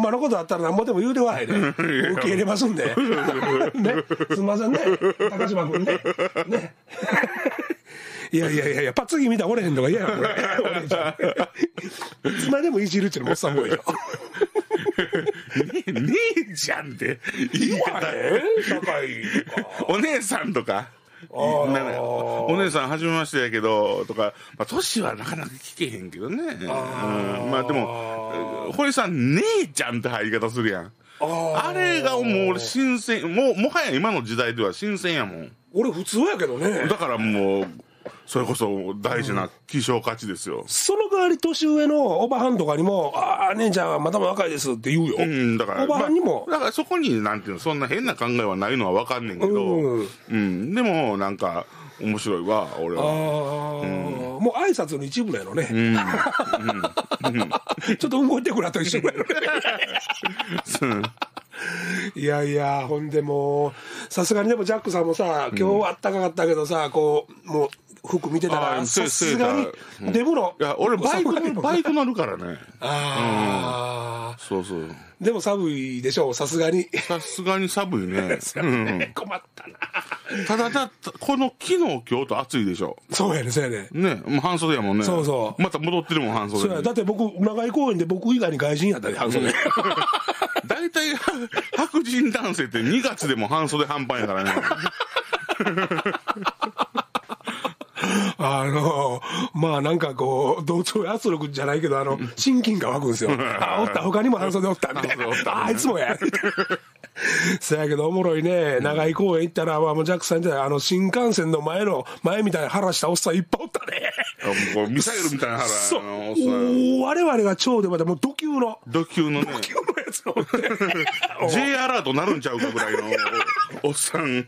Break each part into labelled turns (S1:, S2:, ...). S1: まあのことあったらなんぼでも言うてください ね。受け入れますんで。ね。すんませんね。高島君ね。ね。 いやいやいやいや、パッツギ見たらおれへんとか嫌やな、これ。 お姉ちゃん。いつまでもいじるっちゅうのもおっさんもいよ。
S2: ねえねえじゃんって 言い方
S1: え高いとか。
S2: お姉さんとか
S1: ー
S2: なんかお姉さんはじめましてやけどとかまあ年はなかなか聞けへんけどねうんまあでもえー堀さん「姉ちゃん」って入り方するやんあれがもう俺新鮮もうもはや今の時代では新鮮やもん
S1: 俺普通やけどね。
S2: だからもうそれこそ大事な希少価値ですよ、
S1: その代わり年上のおばはんとかにも、ああ、姉ちゃんはまだまだ若いですって言うよ。
S2: うん、だから、
S1: おばはんにも
S2: まあだからそこに、なんていうの、そんな変な考えはないのは分かんねんけど、
S1: う
S2: うんん、でも、なんか、面白いわ、俺
S1: ああ
S2: は。、
S1: もう挨拶の一部なのね。 ちょっと動いてくらと一緒ぐらいのね。
S2: うん
S1: いやいや、ほんでもう、さすがにでもジャックさんもさ、今日はあったかかったけどさ、こう、もう服見てた
S2: あ
S1: ら、
S2: ー
S1: さすがに
S2: そうそう、
S1: デブの
S2: い、や、俺、バイ
S1: そうなん
S2: ク、
S1: だ
S2: バイク乗るからね。
S1: ああ、
S2: そうそう。
S1: でも寒いでしょう、さすがに。
S2: さすがに寒いね。
S1: 困ったな。
S2: ただただ、この昨日、今日と暑いでしょ。
S1: そうやね、そうやね。
S2: ね、もう半袖やもんね。
S1: そうそう
S2: また戻ってるもん、半袖
S1: そうや、
S2: に。
S1: だって僕、長井公園で僕以外に外人やったで、半袖。
S2: 大体、白人男性って2月でも半袖半端やか らね。
S1: あの、まあなんかこう、同調圧力じゃないけど、あの、親近感湧くんですよ。あ、おった、他にも半袖おった、みたいな
S2: 半袖おっ。た
S1: あ、あいつも や。そやけどおもろいね。長井公園行ったら、まあもうジャックさんじゃないあの、新幹線の前の、前みたいに腹したおっさんいっぱいおったね。
S2: あもうこうミサイルみたいな腹
S1: そう
S2: のおっさん。。
S1: お我々が超でまたもう土球の、
S2: ド級のね。
S1: 土球のやつがおって。
S2: J アラートなるんちゃうかぐらいのおおっさん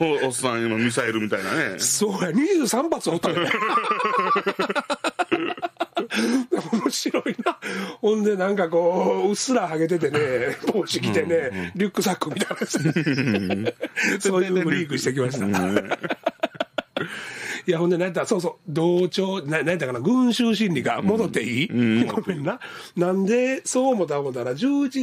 S2: おおっさん今ミサイルみたいなね
S1: そうや、23発おったね。面白いな。ほんで、なんかこう、うっすらハゲててね、帽子着てね、リュックサックみたいなや つそういうのもリークしてきました。いや、ほんで、なんやったらそうそう、同調、ななんやったかな、群衆心理が戻っていい、ごめんな。なんで、そう思った思ったら、11